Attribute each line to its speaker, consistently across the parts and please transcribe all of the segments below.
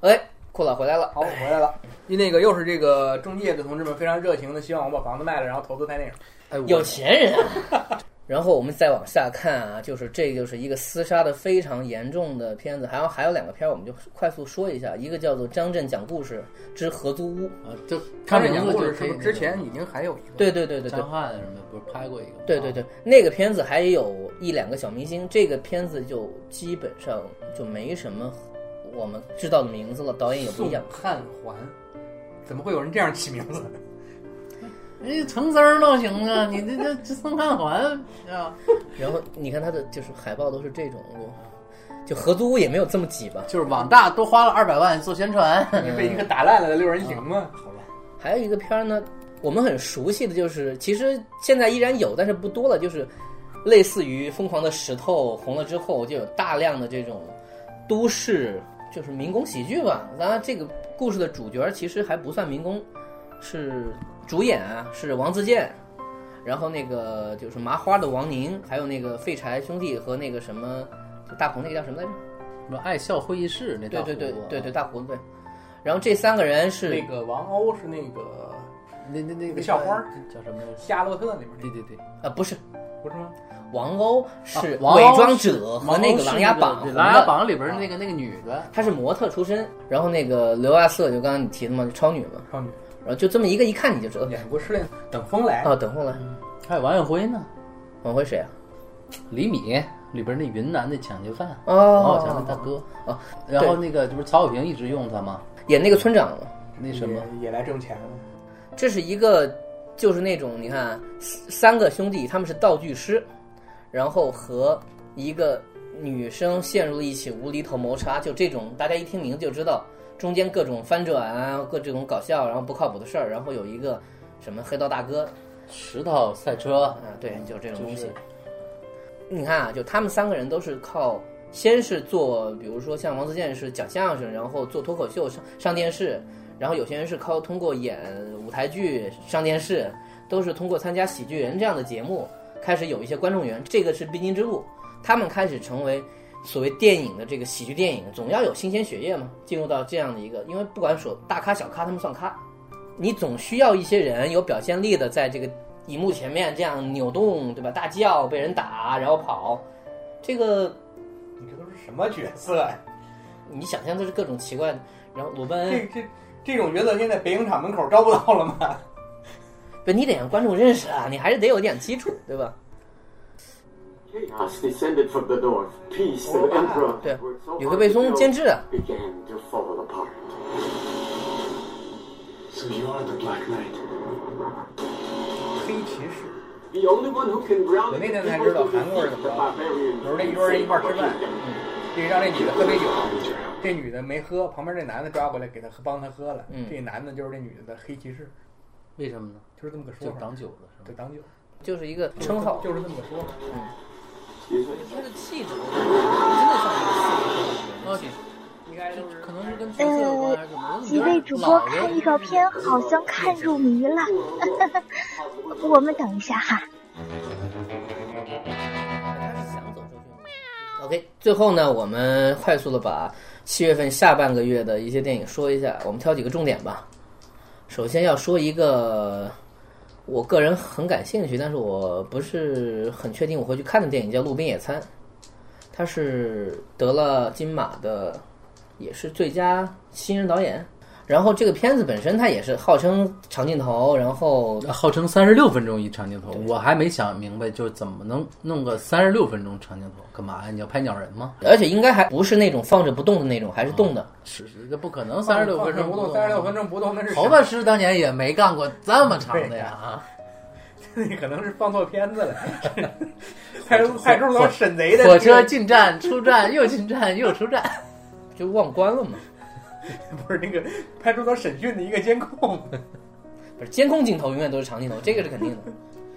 Speaker 1: 哎，库老回来了，
Speaker 2: 好，我回来了。那个又是这个中介的同志们非常热情的，希望我把房子卖了，然后投资拍电影。
Speaker 1: 哎，我
Speaker 3: 有钱人啊，
Speaker 1: 然后我们再往下看啊，就是这就是一个厮杀的非常严重的片子，还有还有两个片儿，我们就快速说一下，一个叫做《张震讲故事之合租屋》，
Speaker 3: 啊就
Speaker 2: 看
Speaker 3: 看
Speaker 2: 这
Speaker 3: 名
Speaker 2: 讲
Speaker 3: 字
Speaker 2: 故
Speaker 3: 就
Speaker 2: 事
Speaker 3: 可
Speaker 2: 是
Speaker 3: 以
Speaker 2: 不
Speaker 3: 那
Speaker 2: 是
Speaker 3: 个。
Speaker 2: 之前已经还有一个？
Speaker 1: 对对对对对
Speaker 3: 张翰什么不是拍过一个吗？
Speaker 1: 对对对，嗯那个片子还有一两个小明星，这个片子就基本上就没什么我们知道的名字了，导演也不
Speaker 2: 宋
Speaker 1: 一样。
Speaker 2: 汉环，怎么会有人这样起名字？
Speaker 3: 嗯人家哎成丝儿都行啊，你这这这宋汉环啊，
Speaker 1: 然后你看他的就是海报都是这种，就合租屋也没有这么挤吧。
Speaker 3: 就是网大多花了二百万做宣传，
Speaker 2: 你被一个打烂了的六人行
Speaker 3: 嗯
Speaker 2: 吗？好吧，
Speaker 1: 还有一个片儿呢，我们很熟悉的就是，其实现在依然有，但是不多了，就是类似于《疯狂的石头》红了之后，就有大量的这种都市就是民工喜剧吧。当然，这个故事的主角其实还不算民工，是主演啊，是王自健。然后那个就是麻花的王宁，还有那个废柴兄弟和那个什么，就大鹏那个叫什么来着？
Speaker 3: 什么爱笑会议室那
Speaker 1: 对
Speaker 3: 大啊
Speaker 1: 对对
Speaker 3: 胡子
Speaker 1: 对对，大胡子对。然后这三个人是
Speaker 2: 那个王鸥是那个
Speaker 3: 那那那
Speaker 2: 那个校花儿
Speaker 3: 叫什么来着？
Speaker 2: 《夏洛特》里面
Speaker 3: 对对对，
Speaker 1: 呃不是
Speaker 2: 那不是吗？
Speaker 1: 王鸥是
Speaker 3: 王鸥
Speaker 1: 伪装者和那个《琅琊榜》红
Speaker 3: 对《琅琊
Speaker 1: 的，
Speaker 3: 榜》啊里边那个那个女的，
Speaker 1: 她是模特出身。然后那个刘亚瑟，就刚刚你提的嘛，就超女嘛。
Speaker 3: 哦
Speaker 2: 少女
Speaker 1: 然后就这么一个，一看你就知道。
Speaker 2: 演过《失恋等风来》
Speaker 1: 哦，等会儿来，
Speaker 3: 还有王艳辉呢，
Speaker 1: 往回谁啊？
Speaker 3: 李米里边那云南的抢劫犯，王宝强
Speaker 1: 哦，
Speaker 3: 的大哥啊
Speaker 1: 哦，
Speaker 3: 然后那个这不是曹小平一直用他吗？
Speaker 1: 演那个村长嘛。
Speaker 3: 那什么，
Speaker 2: 也也来挣钱了。
Speaker 1: 这是一个，就是那种你看，三三个兄弟他们是道具师，然后和一个女生陷入了一起无厘头谋杀，就这种大家一听名字就知道，中间各种翻转啊，各种搞笑，然后不靠谱的事儿，然后有一个什么黑道大哥，
Speaker 3: 石头赛车，
Speaker 1: 啊，对，就是这种
Speaker 3: 就
Speaker 1: 东西。
Speaker 3: 是
Speaker 1: 你看啊，就他们三个人都是靠，先是做，比如说像王自健是讲相声，然后做脱口秀上上电视，然后有些人是靠通过演舞台剧上电视，都是通过参加喜剧人这样的节目开始有一些观众缘，这个是必经之路。他们开始成为所谓电影的这个喜剧电影，总要有新鲜血液嘛，进入到这样的一个，因为不管说大咖小咖，他们算咖，你总需要一些人有表现力的，在这个荧幕前面这样扭动，对吧？大叫，被人打，然后跑，这个
Speaker 2: 你这都是什么角色啊呀？
Speaker 1: 你想象的是各种奇怪的。然后鲁班恩，
Speaker 2: 这
Speaker 3: 嗯
Speaker 2: 这这种角色现在北影厂门口招不到了吗？
Speaker 1: 不，你得让观众认识啊，你还是得有点基础，对吧？
Speaker 4: Chaos descended from the north. Peace to
Speaker 2: Oh,
Speaker 4: the emperor.
Speaker 1: 对
Speaker 4: Were so
Speaker 1: 吕克贝
Speaker 4: hard to
Speaker 1: 松
Speaker 4: build,
Speaker 1: 监制啊，
Speaker 4: began to fall apart.
Speaker 5: So you are the Black Knight.
Speaker 2: 黑骑士，
Speaker 4: The only one who can brown
Speaker 2: 我那天才知道韩国人怎么着，比如这一桌人一块儿吃饭，这让这女的喝杯酒，这女的没喝，旁边这男的抓过来给她喝帮她喝了，
Speaker 1: 嗯
Speaker 2: 这男的就是这女的的黑骑士，
Speaker 3: 为什么呢？
Speaker 2: 就是这么个说
Speaker 3: 就
Speaker 2: 法，
Speaker 3: 挡酒了是
Speaker 2: 对，
Speaker 3: 吗？
Speaker 2: 挡酒，
Speaker 1: 就是一个称号。
Speaker 2: 就是这么个说法。
Speaker 1: 他的气质，真的像一个气质。哦应该都是
Speaker 3: 可能是跟角色有关还
Speaker 6: 呃
Speaker 3: 是怎么？我，怎
Speaker 6: 几
Speaker 3: 么觉
Speaker 6: 位
Speaker 3: 得
Speaker 6: 主播
Speaker 3: 老了
Speaker 6: 看预告片好像看入迷了， 我们等一下哈。
Speaker 1: 他是想走出去。OK，最 后呢，我们快速的把七月份下半个月的一些电影说一下，我们挑几个重点吧。首先要说一个我个人很感兴趣，但是我不是很确定我会去看的电影，叫《路边野餐》，它是得了金马的，也是最佳新人导演。然后这个片子本身它也是号称长镜头，然后
Speaker 3: 号称三十六分钟一长镜头，我还没想明白，就是怎么能弄个三十六分钟长镜头，干嘛呀？你要拍鸟人吗？
Speaker 1: 而且应该还不是那种放着不动的那种，还是动的。
Speaker 3: 是是，这不可能，三十六分钟啊
Speaker 2: 不动，三十六分钟不动，那是
Speaker 3: 头 发师当年也没干过这么长的呀啊！
Speaker 2: 那可能是放错片 子了。派出派出所审贼的
Speaker 3: 火车进站、出站，又进站又出站，
Speaker 1: 就忘关了嘛。
Speaker 2: 不是那个派出所审讯的一个监控。
Speaker 1: 不是监控镜头永远都是长镜头，这个是肯定的。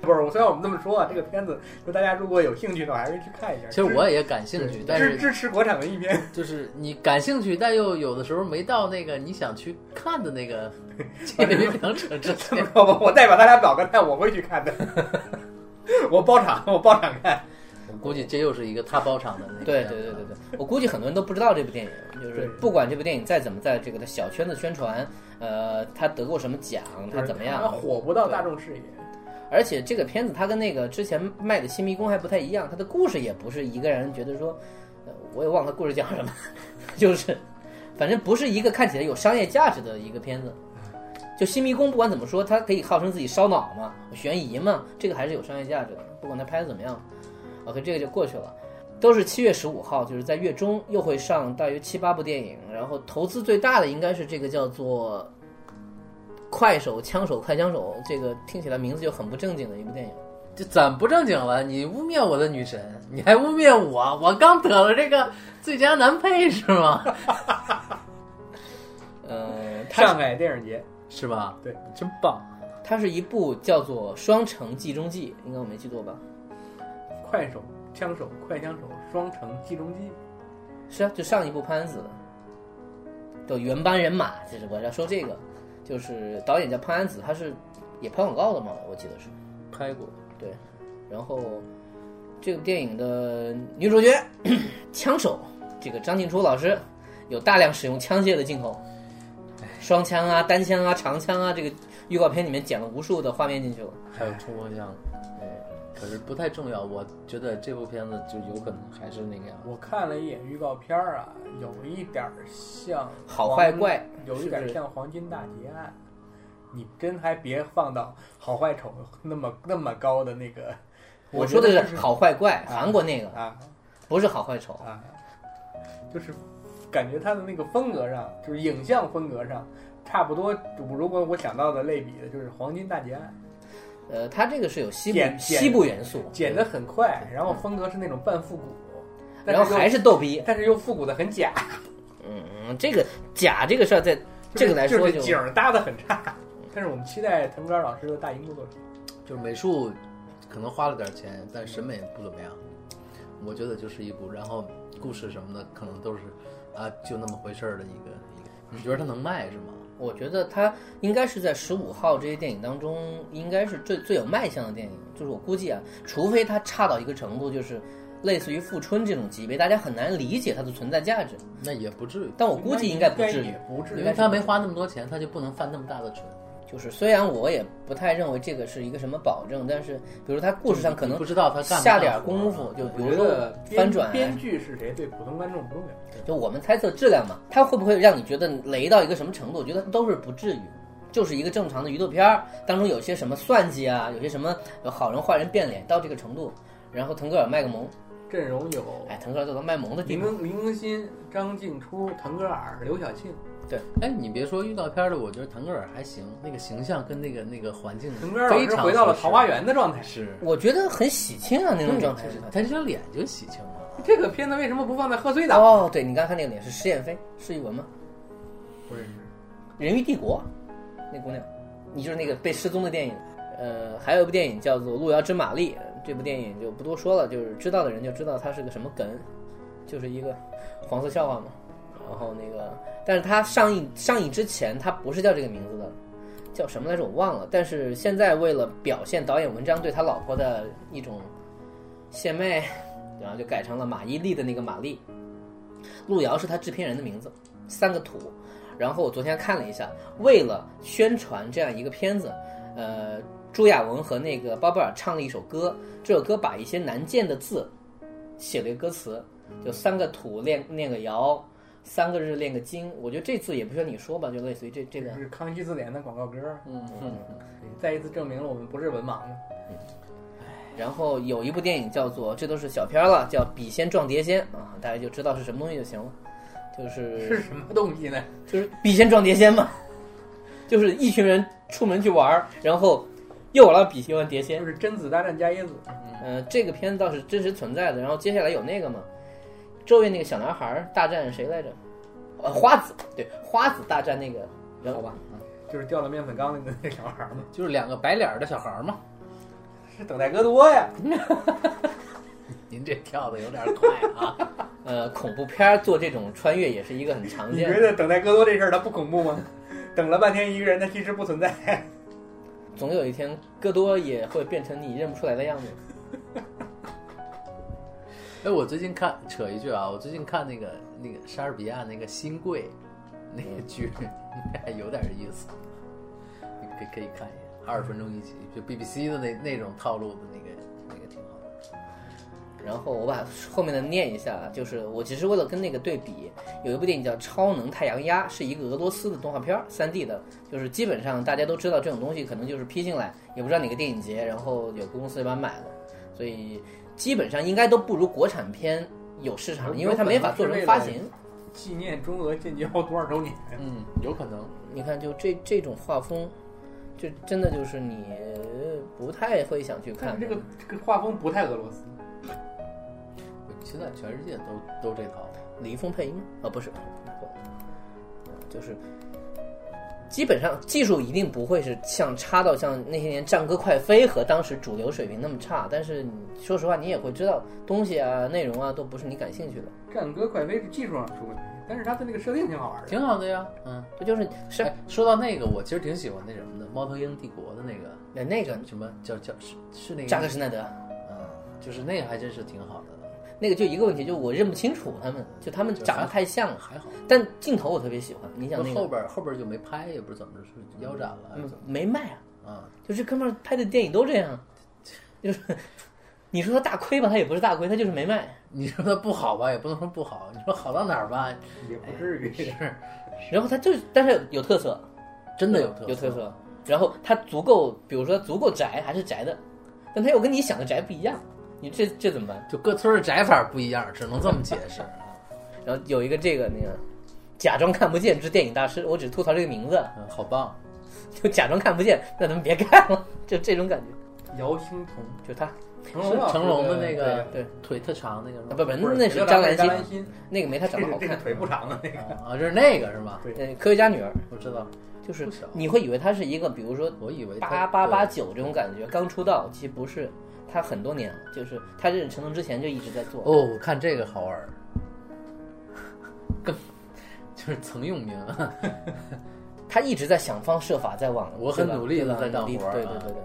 Speaker 2: 不是，我虽然我们这么说啊，这个片子，就大家如果有兴趣的话，还是去看一下。
Speaker 3: 其实我也感兴趣，但
Speaker 2: 支
Speaker 3: 是
Speaker 2: 支持国产文艺片，
Speaker 3: 就是你感兴趣，但又有的时候没到那个你想去看的那个这个程程之
Speaker 2: 这么
Speaker 3: 前。
Speaker 2: 说吧，我代表大家表个态，我会去看的。我包场，我包场看。
Speaker 3: 估计这又是一个大包场的那个。啊
Speaker 1: 对对对对对，我估计很多人都不知道这部电影，就是不管这部电影再怎么在这个的小圈子宣传，呃，它得过什么奖，它怎么样
Speaker 2: 它，火不到大众视野。
Speaker 1: 而且这个片子它跟那个之前卖的《新迷宫》还不太一样，它的故事也不是一个人觉得说，呃，我也忘了故事讲什么， 就是反正不是一个看起来有商业价值的一个片子。就《新迷宫》不管怎么说，它可以号称自己烧脑嘛、悬疑嘛，这个还是有商业价值的，不管它拍的怎么样。OK，这个就过去了。都是七月十五号，就是在月中又会上大约七八部电影，然后投资最大的应该是这个叫做《快手枪手快枪手》，这个听起来名字就很不正经的一部电影。
Speaker 3: 这怎不正经了？你污蔑我的女神，你还污蔑我？我刚得了这个最佳男配是吗？
Speaker 1: 呃，它
Speaker 2: 上海电影节，
Speaker 3: 是吧？
Speaker 2: 对，
Speaker 3: 真棒！
Speaker 1: 它是一部叫做《双城计中计》，应该我没记错吧？
Speaker 2: 快手、枪手、快枪手、双城计中计，
Speaker 1: 是啊，就上一部潘安子的，就原班人马。其实我要说这个，就是导演叫潘安子，他是也拍广告的嘛，我记得是。
Speaker 3: 拍过，
Speaker 1: 对，然后这部电影的女主角枪手，这个张静初老师有大量使用枪械的镜头，双枪啊、单枪啊、长枪啊，这个预告片里面剪了无数的画面进去了。
Speaker 3: 还有冲锋枪，可是不太重要。我觉得这部片子就有可能还是那个样。
Speaker 2: 我看了一眼预告片儿啊，有一点儿像黄
Speaker 1: 好坏怪
Speaker 2: 有一点儿像《黄金大劫案》。你真还别放到好坏丑那么那么高的那个，
Speaker 1: 我
Speaker 2: 觉
Speaker 1: 说
Speaker 2: 得
Speaker 1: 的
Speaker 2: 就是
Speaker 1: 好坏怪，韩国那个
Speaker 2: 啊
Speaker 1: 不是好坏丑，
Speaker 2: 啊，就是感觉他的那个风格上，就是影像风格上，差不多。如果我想到的类比的就是《黄金大劫案》。
Speaker 1: 呃，它这个是有西部
Speaker 2: 剪剪
Speaker 1: 西部元素，
Speaker 2: 剪得很快，然后风格是那种半复古，但
Speaker 1: 然后
Speaker 2: 又
Speaker 1: 还是逗逼。
Speaker 2: 但是又复古的很假，
Speaker 1: 嗯，这个假这个事儿在 这个来说
Speaker 2: 就是景儿搭的很差。但是我们期待滕格尔老师的大荧幕作品。
Speaker 3: 就是美术可能花了点钱，但审美不怎么样。我觉得就是一部，然后故事什么的可能都是啊，就那么回事儿的一个一个。你觉得它能卖是吗？
Speaker 1: 我觉得它应该是在十五号这些电影当中，应该是最最有卖相的电影。就是我估计啊，除非它差到一个程度，就是类似于《富春》这种级别，大家很难理解它的存在价值。
Speaker 3: 那也不至于，
Speaker 1: 但我估计应该不至于
Speaker 2: 也。不至于，
Speaker 3: 因为他没花那么多钱，他就不能犯那么大的蠢。
Speaker 1: 就是虽然我也不太认为这个是一个什么保证，但是比如它故事上可
Speaker 3: 你
Speaker 1: 能
Speaker 3: 不知道他干
Speaker 1: 下
Speaker 3: 不干
Speaker 1: 点
Speaker 3: 活啊
Speaker 1: 功夫，就比如
Speaker 2: 我觉
Speaker 1: 说
Speaker 2: 得编
Speaker 1: 翻转啊
Speaker 2: 编剧是谁对普通观众不重要，
Speaker 1: 就我们猜测质量嘛，它会不会让你觉得雷到一个什么程度？我觉得都是不至于，就是一个正常的娱乐片儿，当中有些什么算计啊，有些什么有好人坏人变脸到这个程度。然后腾格尔卖个萌，
Speaker 2: 阵容有
Speaker 1: 哎，腾格尔做到卖萌的地
Speaker 2: 林
Speaker 1: 步，
Speaker 2: 更林更新、张静初、腾格尔、刘晓庆。
Speaker 3: 哎，你别说预告片儿的，我觉得腾格尔还行，那个形象跟那个那个环境
Speaker 2: 腾格尔老
Speaker 3: 非
Speaker 2: 师
Speaker 3: 常
Speaker 2: 回到了
Speaker 3: 合适
Speaker 2: 桃花，源的状态。
Speaker 3: 是
Speaker 1: 我觉得很喜庆啊那种状态
Speaker 3: 对。就是他这张脸就喜庆了。
Speaker 2: 这个片子为什么不放在贺岁档？
Speaker 1: 哦，对你刚才看那个脸是石艳飞，是一文吗？
Speaker 2: 不认识。
Speaker 1: 《人鱼帝国》，那姑娘，你就是那个被失踪的电影。呃，还有一部电影叫做《路遥知马力》，呃这部电影就不多说了，就是知道的人就知道它是个什么梗，就是一个黄色笑话嘛。然后那个，但是它上映上映之前，它不是叫这个名字的，叫什么来着我忘了。但是现在为了表现导演文章对他老婆的一种献媚，然后就改成了马伊琍的那个玛丽，路遥是他制片人的名字，三个土。然后我昨天看了一下，为了宣传这样一个片子，呃，朱亚文和那个包贝尔唱了一首歌，这首歌把一些难见的字写了一个歌词，就三个土练练个摇，三个日练个经。我觉得这字也不需要你说吧，就类似于这这
Speaker 2: 这
Speaker 1: 个
Speaker 2: 个。是康熙字典的广告歌，
Speaker 3: 嗯
Speaker 2: 再一次证明了我们不是文盲。
Speaker 1: 然后有一部电影叫做，这都是小片儿了，叫《笔仙撞碟仙》啊，大家就知道是什么东西就行了，就是
Speaker 2: 是什么东西呢？
Speaker 1: 就是笔仙撞碟仙嘛， 就是一群人出门去玩儿，然后又玩到笔仙玩碟仙
Speaker 2: 就。是甄子大战伽椰子。嗯
Speaker 1: 呃，这个片子倒是真实存在的。然后接下来有那个嘛，咒怨那个小男孩儿大战谁来着？呃，花子，对，花子大战那个人，好吧？
Speaker 2: 就是掉了面粉缸里的那小孩儿嘛，
Speaker 3: 就是两个白脸儿的小孩儿嘛。
Speaker 2: 是等待戈多呀。
Speaker 3: 您这跳的有点快啊！
Speaker 1: 呃，恐怖片儿做这种穿越也是一个很常
Speaker 2: 你
Speaker 1: 见
Speaker 2: 觉
Speaker 1: 的。
Speaker 2: 得等待戈多这事儿它不恐怖吗？等了半天一个人，他其实不存在。
Speaker 1: 总有一天，戈多也会变成你认不出来的样子。
Speaker 3: 哎，我最近看扯一句啊，我最近看那个那个莎士比亚那个《新贵》那个剧，还有点意思，你可以可以看一眼，二十分钟一集，就 BBC 的那那种套路的那个那个挺好的。
Speaker 1: 然后我把后面的念一下，就是我只是为了跟那个对比，有一部电影叫《超能太阳鸭》，是一个俄罗斯的动画片儿，3 D 的，就是基本上大家都知道这种东西可能就是批进来，也不知道哪个电影节，然后有个公司就把它买了，所以基本上应该都不如国产片有市场，因为它没法做成发行。
Speaker 2: 纪念中俄建交多少周年？
Speaker 3: 嗯，有可能。
Speaker 1: 你看，就这这种画风，就真的就是你呃不太会想去
Speaker 2: 但
Speaker 1: 看
Speaker 2: 是这个这个画风不太俄罗斯，
Speaker 3: 现在全世界都都这套，
Speaker 1: 李易峰配音吗？啊、不是，就是基本上技术一定不会是像差到像那些年《战歌快飞》和当时主流水平那么差，但是你说实话，你也会知道东西啊、内容啊都不是你感兴趣的。
Speaker 2: 《战歌快飞》是技术上出问题，但是它的那个设定挺好玩的。
Speaker 3: 挺好的呀。嗯，
Speaker 1: 这就是是、
Speaker 3: 哎，说到那个，我其实挺喜欢那什么的，《猫头鹰帝国》的那个
Speaker 1: 哎那个
Speaker 3: 什么叫叫是是那个
Speaker 1: 扎克施耐德，
Speaker 3: 嗯，就是那个还真是挺好的，
Speaker 1: 那个就一个问题，就我认不清楚他们，就他们长得太像了。
Speaker 3: 还好。
Speaker 1: 但镜头我特别喜欢，你想那
Speaker 3: 那嗯后
Speaker 1: 个
Speaker 3: 边后边就没拍，也不知道怎么着，是腰斩了还是怎么
Speaker 1: 没卖啊，
Speaker 3: 着啊？
Speaker 1: 就这哥们儿拍的电影都这样，就是你说他大亏吧，他也不是大亏，他就是没卖。
Speaker 3: 你说它不好吧，也不能说不好，你说好到哪儿吧，
Speaker 2: 也不至于。
Speaker 3: 是
Speaker 1: 然后他就是，但是有特色，嗯
Speaker 3: 真的有特
Speaker 1: 有特色。然后他足够，比如说足够宅，还是宅的，但他又跟你想的宅不一样，你这这怎么办？
Speaker 3: 就各村儿宅法不一样，只能这么解释。
Speaker 1: 然后有一个这个那个，假装看不见之电影大师，我只吐槽这个名字，
Speaker 3: 嗯，好棒，
Speaker 1: 就假装看不见，那咱们别看了， 就这种感觉，
Speaker 2: 姚星彤，
Speaker 1: 就他
Speaker 2: 成
Speaker 3: 是
Speaker 2: 龙老啊师
Speaker 3: 成龙的那个
Speaker 1: 对
Speaker 3: 腿特长那个是
Speaker 1: 啊
Speaker 3: 吗
Speaker 1: 不不，
Speaker 2: 不是
Speaker 1: 那是
Speaker 2: 有
Speaker 1: 张
Speaker 2: 点
Speaker 1: 兰
Speaker 2: 张兰
Speaker 1: 心，
Speaker 2: 心，
Speaker 1: 那个没他长
Speaker 2: 这
Speaker 1: 得
Speaker 2: 个
Speaker 1: 好
Speaker 2: 这个
Speaker 1: 看，
Speaker 2: 腿不长的那个。
Speaker 3: 啊，就是那个是吧？
Speaker 2: 对
Speaker 1: 嗯，科学家女儿，
Speaker 3: 我知道，
Speaker 1: 就
Speaker 3: 不
Speaker 1: 是
Speaker 3: 小
Speaker 1: 你会以为他是一个，比如说
Speaker 3: 我以为它
Speaker 1: 八八八
Speaker 3: 对
Speaker 1: 九这种感觉，刚出道，其实不是，他很多年了，就是他认识成龙之前就一直在做。
Speaker 3: 哦，我看这个好玩儿， 更就是曾用名，啊
Speaker 1: 他一直在想方设法在往，
Speaker 3: 我很努力地
Speaker 1: 的
Speaker 3: 在干
Speaker 1: 努力，
Speaker 3: 活儿
Speaker 1: 对
Speaker 3: 啊
Speaker 1: 对对对，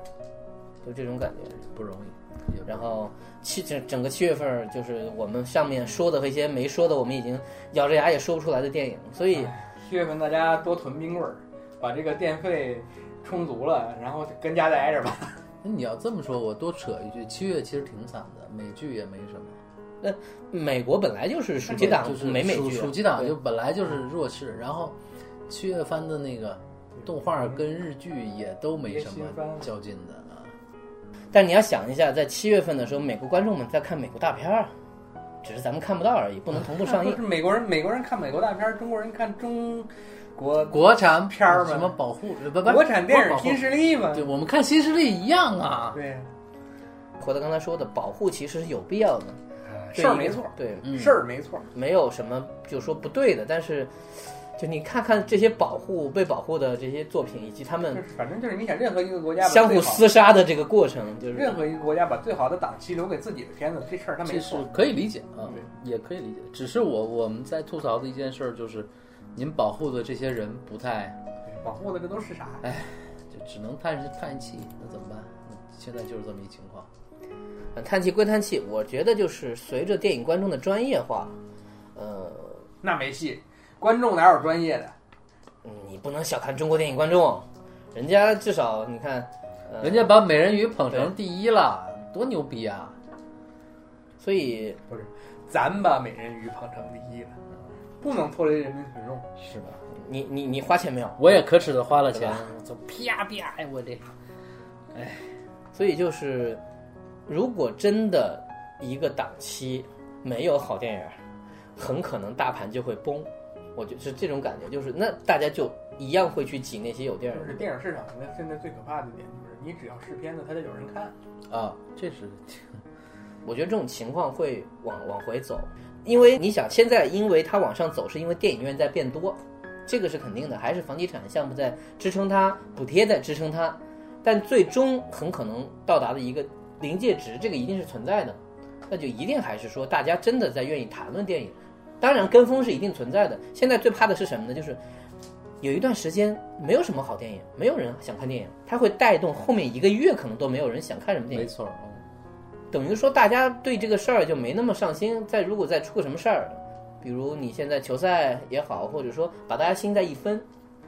Speaker 1: 就这种感觉。
Speaker 3: 不容易。也不
Speaker 1: 然后七整整个七月份儿，就是我们上面说的和一些没说的，我们已经咬着牙也说不出来的电影，所以
Speaker 3: 哎
Speaker 2: 七月份大家多囤冰棍儿，把这个电费充足了，然后跟家待着吧。
Speaker 3: 那你要这么说，我多扯一句，七月其实挺惨的，美剧也没什么。
Speaker 1: 美国本来就是暑期档
Speaker 3: 就是
Speaker 1: 美美
Speaker 3: 暑
Speaker 2: 啊
Speaker 1: 剧，
Speaker 3: 暑期档就本来就是弱势，然后七月番的那个动画跟日剧也都没什么较劲的啊。
Speaker 1: 但你要想一下，在七月份的时候，美国观众们在看美国大片儿，只是咱们看不到而已，不能同步上
Speaker 2: 是
Speaker 1: 映。
Speaker 2: 美国人，美国人看美国大片儿，中国人看中国
Speaker 3: 国产
Speaker 2: 片儿嘛
Speaker 3: 什么保护呃不不
Speaker 2: 国产电影
Speaker 3: 不是保护
Speaker 2: 新势力嘛。
Speaker 3: 对，我们看新势力一样啊。
Speaker 2: 对，
Speaker 1: 回到刚才说的，保护其实是有必要的，对
Speaker 2: 事儿啊没错，
Speaker 1: 对，
Speaker 3: 嗯
Speaker 2: 事儿没错。
Speaker 1: 没有什么就说不对的，但是就你看看这些保护被保护的这些作品，以及他
Speaker 2: 就是
Speaker 1: 们
Speaker 2: 反正就是你想任何一个国家把
Speaker 1: 相
Speaker 2: 最
Speaker 1: 互
Speaker 2: 好
Speaker 1: 厮杀的这个过程，就是
Speaker 2: 任何一个国家把最好的档期留给自己的片子，这事儿他没
Speaker 3: 这是
Speaker 2: 错。
Speaker 3: 可以理解啊
Speaker 2: 对，
Speaker 3: 也可以理解。只是我我们在吐槽的一件事儿就是，您保护的这些人不太，
Speaker 2: 保护的这都是啥？
Speaker 3: 就只能叹叹气，那怎么办？现在就是这么一情况。
Speaker 1: 呃叹气归叹气，我觉得就是随着电影观众的专业化，呃，
Speaker 2: 那没戏，观众哪有专业的？
Speaker 1: 嗯你不能小看中国电影观众，人家至少你看，呃、
Speaker 3: 人家把美人鱼捧成第一了，多牛逼啊！
Speaker 1: 所以
Speaker 2: 不是，咱把美人鱼捧成第一了，不能脱离人民群众。
Speaker 3: 是吧？
Speaker 1: 你你你花钱没有？
Speaker 3: 我也可耻的花了钱
Speaker 1: 对吧，
Speaker 3: 我走啪啪，哎我这
Speaker 1: 所以就是，如果真的一个档期没有好电影儿，很可能大盘就会崩。我觉得是这种感觉，就是那大家就一样会去挤那些有电影
Speaker 2: 就是
Speaker 1: 儿。
Speaker 2: 电影市场那现在最可怕的一点就是，你只要是片子，它就有人看。
Speaker 3: 啊，这是
Speaker 1: 我觉得这种情况会往往回走，因为你想现在因为它往上走，是因为电影院在变多，这个是肯定的，还是房地产项目在支撑它，补贴在支撑它，但最终很可能到达的一个临界值，这个一定是存在的，那就一定还是说大家真的在愿意谈论电影，当然跟风是一定存在的。现在最怕的是什么呢？就是有一段时间没有什么好电影，没有人想看电影，它会带动后面一个月可能都没有人想看什么电
Speaker 3: 没
Speaker 1: 影
Speaker 3: 错儿，
Speaker 1: 等于说大家对这个事儿就没那么上心。再如果再出个什么事儿，比如你现在球赛也好，或者说把大家心在一分，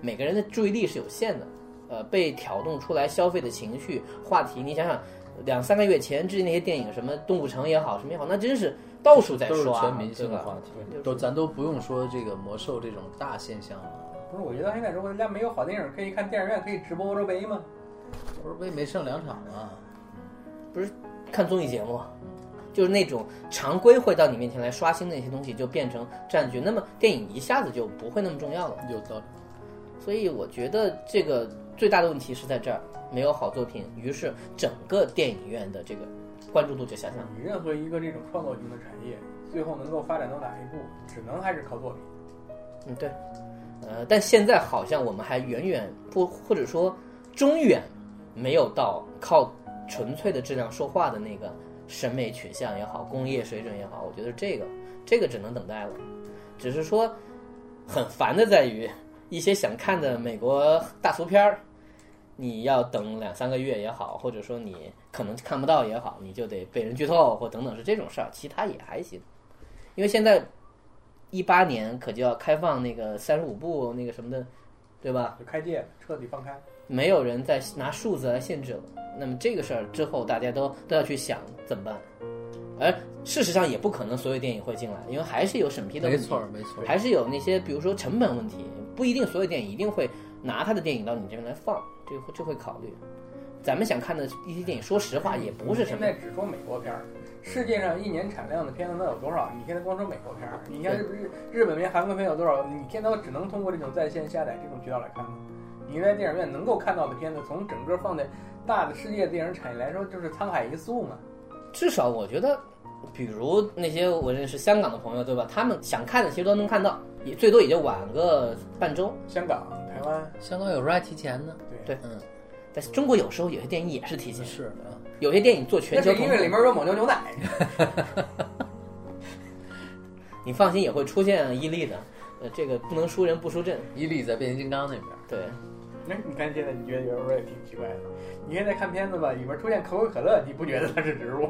Speaker 1: 每个人的注意力是有限的，呃，被挑动出来消费的情绪话题，你想想。两三个月前之前那些电影，什么《动物城》也好，什么也好，那真是到处在
Speaker 3: 都是
Speaker 1: 刷，
Speaker 3: 全明星啊
Speaker 1: 对
Speaker 3: 的
Speaker 1: 吧
Speaker 3: 话题
Speaker 1: 就是，
Speaker 3: 都咱都不用说这个魔兽这种大现象了。
Speaker 2: 不是，我觉得现在如果大家没有好电影可以看，电影院可以直播欧洲杯吗？
Speaker 3: 不是为没剩两场啊，
Speaker 1: 看综艺节目，就是那种常规会到你面前来刷新的一些东西，就变成占据。那么电影一下子就不会那么重要了。
Speaker 3: 有道理。
Speaker 1: 所以我觉得这个最大的问题是在这儿，没有好作品，于是整个电影院的这个关注度就下降。
Speaker 2: 你任何一个这种创作型的产业，最后能够发展到哪一步，只能还是靠作品。
Speaker 1: 嗯，对。呃，但现在好像我们还远远不，或者说中远没有到靠纯粹的质量说话的那个审美取向也好，工业水准也好，我觉得这个这个只能等待了。只是说很烦的在于，一些想看的美国大俗片儿，你要等两三个月也好，或者说你可能看不到也好，你就得被人剧透或等等是这种事儿，其他也还行。因为现在一八年可就要开放那个三十五部那个什么的，对吧？
Speaker 2: 就开戒了，彻底放开。
Speaker 1: 没有人再拿数字来限制了。那么这个事儿之后，大家都都要去想怎么办。而事实上也不可能所有电影会进来，因为还是有审批的
Speaker 3: 没
Speaker 1: 问题，
Speaker 3: 错儿，没错儿。
Speaker 1: 还是有那些比如说成本问题，不一定所有电影一定会拿他的电影到你这边来放，这会这会考虑。咱们想看的一些电影，说实话也不是什
Speaker 2: 现
Speaker 1: 么
Speaker 2: 在只说美国片儿，世界上一年产量的片子能有多少？你现在光说美国片儿，你像
Speaker 1: 对
Speaker 2: 日日本片、韩国片有多少？你现在都只能通过这种在线下载这种渠道来看了。你在电影院能够看到的片子，从整个放在大的世界电影产业来说，就是沧海一粟嘛。
Speaker 1: 至少我觉得，比如那些我认识香港的朋友，对吧？他们想看的其实都能看到，也最多也就晚个半周。
Speaker 2: 香港、台湾，
Speaker 3: 香港有时候还提前呢，
Speaker 2: 对
Speaker 1: 对
Speaker 3: 嗯，
Speaker 1: 但是中国有时候有些电影也是提前，
Speaker 3: 是啊，
Speaker 1: 有些电影做
Speaker 2: 那
Speaker 1: 全球
Speaker 2: 是
Speaker 1: 同
Speaker 2: 因
Speaker 1: 步
Speaker 2: 为，里面有蒙牛牛奶。
Speaker 1: 你放心也会出现伊利的。呃，这个不能输人不输阵，
Speaker 3: 伊利在变形金刚那边儿，
Speaker 1: 对，
Speaker 2: 那你看现在你觉得有时候也挺奇怪的。你现在看片子吧，里面出现可口可乐，你不觉得它是植入？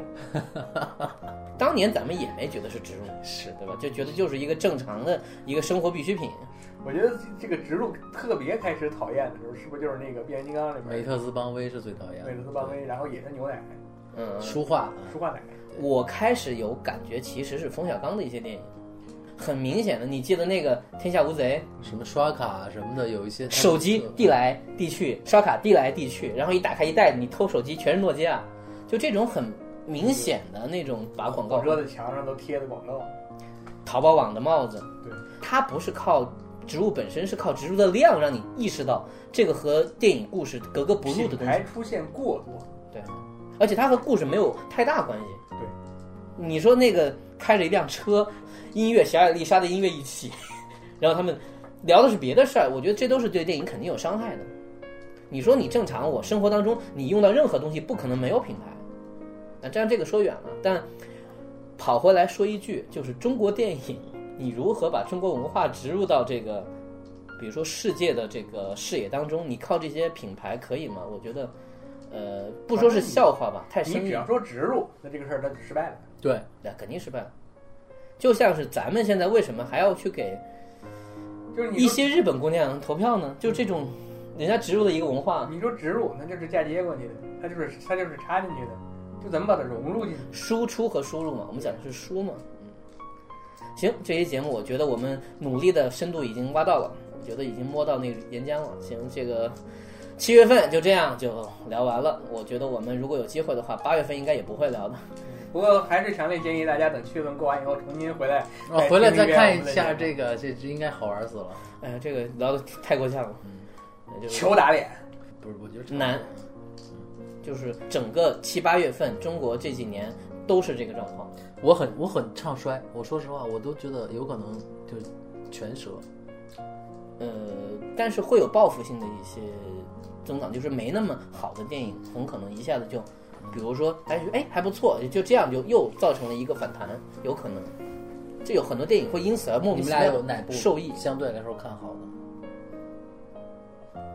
Speaker 1: 当年咱们也没觉得是植入，是对吧？就觉得就是一个正常的一个生活必需品，
Speaker 2: 我觉得这个植入特别开始讨厌的时候，是不是就是那个变形金刚里面
Speaker 3: 美特斯邦威是最讨厌的。
Speaker 2: 美特斯邦威，然后也是牛奶、
Speaker 1: 嗯，
Speaker 3: 书画，啊
Speaker 2: 舒化奶。
Speaker 1: 我开始有感觉，其实是冯小刚的一些电影，很明显的，你记得那个《天下无贼》，
Speaker 3: 什么刷卡啊什么的，有一些
Speaker 1: 手机递
Speaker 3: 来，
Speaker 1: 来递去，刷卡递来递去，然后一打开一袋，你偷手机全是诺基亚，就这种很明显的那种把广告
Speaker 2: 火，车的墙上都贴的广告，
Speaker 1: 淘宝网的帽子，
Speaker 2: 对，
Speaker 1: 它不是靠植入本身，是靠植入的量让你意识到这个和电影故事格格不入的
Speaker 2: 品
Speaker 1: 东
Speaker 2: 牌
Speaker 1: 西，
Speaker 2: 出现过多，
Speaker 1: 对，而且它和故事没有太大关系。
Speaker 2: 对，
Speaker 1: 你说那个开着一辆车，音乐小野丽莎的音乐一起， 然后他们聊的是别的事儿，我觉得这都是对电影肯定有伤害的。你说你正常，我生活当中你用到任何东西，不可能没有品牌。那这样这个说远了，但跑回来说一句，就是中国电影，你如何把中国文化植入到这个，比如说世界的这个视野当中，你靠这些品牌可以吗？我觉得，呃，不说是笑话吧，太
Speaker 2: 你
Speaker 1: 生
Speaker 2: 只
Speaker 1: 硬
Speaker 2: 要。说植入，那这个事儿它就失败了。
Speaker 3: 对，
Speaker 1: 那肯定失败了。就像是咱们现在为什么还要去给
Speaker 2: 就是你
Speaker 1: 一
Speaker 2: 说
Speaker 1: 些日本姑娘投票呢？就这种人家植入的一个文化，
Speaker 2: 你说植入，那就是嫁接过去的，它就是它就是插进去的，就怎么把它融入进去？
Speaker 1: 输出和输入嘛，我们讲的是输嘛。嗯，行，这期节目我觉得我们努力的深度已经挖到了，我觉得已经摸到那个岩浆了。行，这个七月份就这样就聊完了。我觉得我们如果有机会的话，八月份应该也不会聊的。
Speaker 2: 不过还是强烈建议大家等气氛过完以后重新回来，
Speaker 3: 我哦回来再看一
Speaker 2: 哎
Speaker 3: 下
Speaker 2: 听一遍
Speaker 3: 这个，这这应该好玩死了。
Speaker 1: 哎呀，这个聊的太过呛了，那就是
Speaker 2: 球打脸。
Speaker 3: 不是，我觉得
Speaker 1: 难就是整个七八月份，中国这几年都是这个状况。
Speaker 3: 我很我很唱衰，我说实话，我都觉得有可能就全折。
Speaker 1: 呃，但是会有报复性的一些增长，就是没那么好的电影，很可能一下子就，比如说，哎哎还不错，就这样就又造成了一个反弹，有可能。这有很多电影会因此而莫
Speaker 3: 你
Speaker 1: 名
Speaker 3: 们
Speaker 1: 其
Speaker 3: 俩
Speaker 1: 妙
Speaker 3: 有哪部
Speaker 1: 受益，
Speaker 3: 相对来说看好的吗？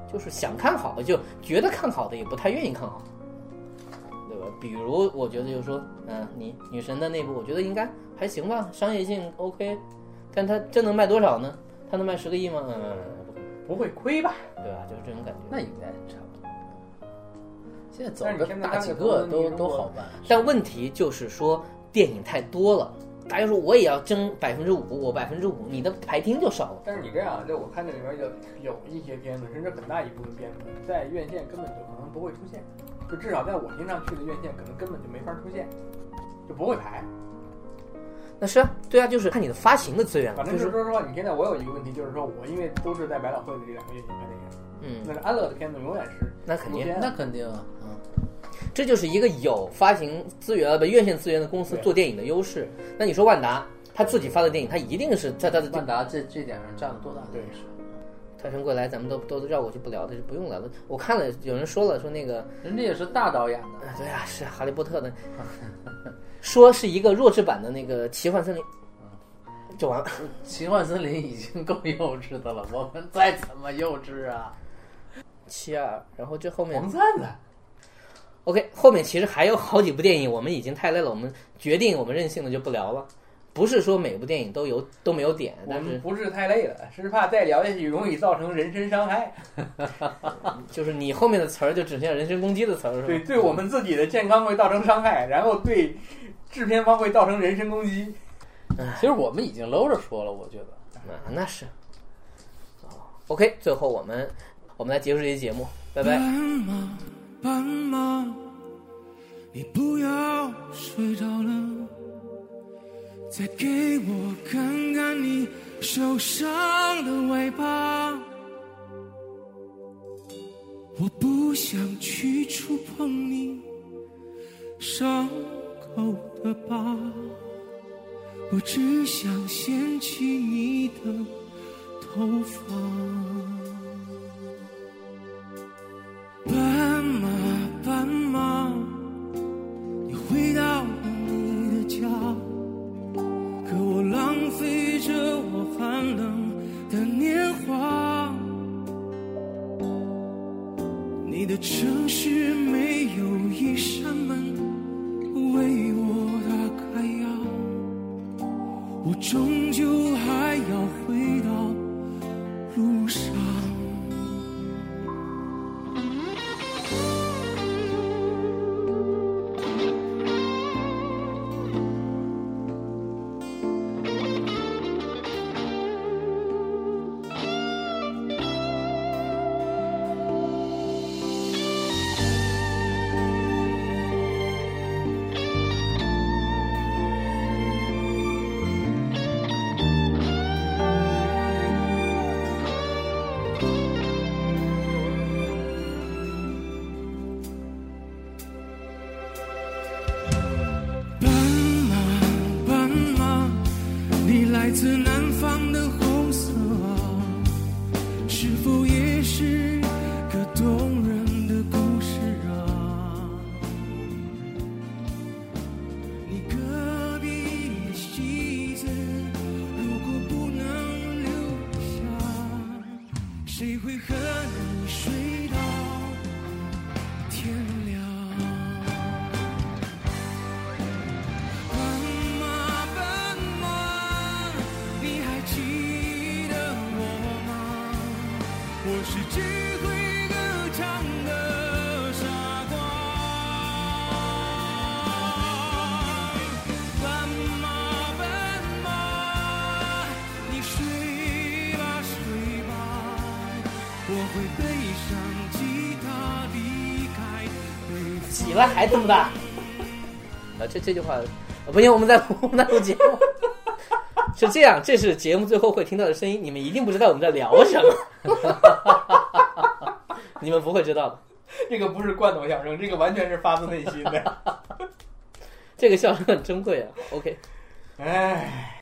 Speaker 1: 就是想看好的就觉得看好的也不太愿意看好，对吧？比如我觉得就是说，嗯、你女神的那部，我觉得应该还行吧，商业性 OK，但它真能卖多少呢？它能卖十个亿吗？嗯，不可能，
Speaker 2: 不会亏吧？
Speaker 1: 对吧？就是这种感觉。
Speaker 3: 那应该差不多。现在走
Speaker 2: 但是
Speaker 3: 的
Speaker 2: 你现在
Speaker 3: 大
Speaker 2: 看
Speaker 3: 几
Speaker 2: 那个
Speaker 3: 个
Speaker 2: 投资
Speaker 3: 都
Speaker 2: 你如
Speaker 3: 都
Speaker 2: 果
Speaker 3: 好办，
Speaker 1: 但问题就是说，电影太多了，大家说我也要争百分之五，我百分之五，你的排厅就少了。
Speaker 2: 但是你这样，这我看这里面有有一些片子，甚至很大一部分片子，在院线根本就可能不会出现，就至少在我经常去的院线，可能根本就没法出现，就不会排。
Speaker 1: 那是啊，对啊，就是看你的发行的资源了，
Speaker 2: 反
Speaker 1: 就
Speaker 2: 正就
Speaker 1: 是
Speaker 2: 是说实话，你现在我有一个问题，就是说我因为都是在百老汇的这两个院线看电影，
Speaker 1: 嗯
Speaker 2: 但，是安乐的片子永远是
Speaker 1: 那肯定
Speaker 2: 无，限
Speaker 3: 那肯定啊，嗯。
Speaker 1: 这就是一个有发行资源、呃不院线资源的公司
Speaker 2: 对
Speaker 1: 做电影的优势。那你说万达，他自己发的电影，他一定是在他的
Speaker 3: 万
Speaker 1: 《
Speaker 3: 达这这点上占了多大的优势？
Speaker 1: 泰山归来》，咱们都都绕过去不聊，这就不用聊了。我看了，有人说了，说那个，
Speaker 3: 人家也是大导演的，
Speaker 1: 呃对啊，是《哈利波特》的， 说是一个弱智版的那个《奇幻森林》，就完了。
Speaker 3: 《奇幻森林》已经够幼稚的了，我们再怎么幼稚啊？
Speaker 1: 七二，然后这后面
Speaker 2: 黄灿灿，
Speaker 1: OK，后面其实还有好几部电影，我们已经太累了，我们决定我们任性的就不聊了。不是说每部电影都有都没有点，
Speaker 2: 我
Speaker 1: 但
Speaker 2: 们
Speaker 1: 是
Speaker 2: 不是太累了，是怕再聊下去容易造成人身伤害，
Speaker 1: 就是你后面的词儿就只剩下人身攻击的词儿，是
Speaker 2: 对，
Speaker 1: 吧？
Speaker 2: 对我们自己的健康会造成伤害，然后对制片方会造成人身攻击。
Speaker 3: 其实我们已经搂着说了，我觉得
Speaker 1: 啊，那是。OK，最哦后我们我们来结束这期节目，拜拜。
Speaker 7: 斑马，斑马，你不要睡着了，再给我看看你受伤的尾巴。我不想去触碰你伤口的疤，我只想掀起你的头发。斑马，斑马，你回到了你的家，可我浪费着我寒冷的年华。你的城市没有一扇门为我打开呀，我终究还要回到路上。斑马，斑马，你来自南方的红色啊，是否也是个动人的故事啊？你隔壁的戏子，如果不能留下，谁会和你睡到天亮？斑马，斑马，你还记得我吗？我是只会歌唱的傻瓜。斑马，斑马，你睡吧睡吧，我会背上吉他离开北方。
Speaker 1: 起来还这么大？啊，这这句话，啊不行，我们在 我们在录节目。 是这样，这是节目最后会听到的声音，你们一定不知道我们在聊什 么，你们不会知道的。
Speaker 2: 这个不是罐头相声，这个完全是发自内心的。
Speaker 1: 这个笑声很珍贵啊。OK。
Speaker 2: 哎。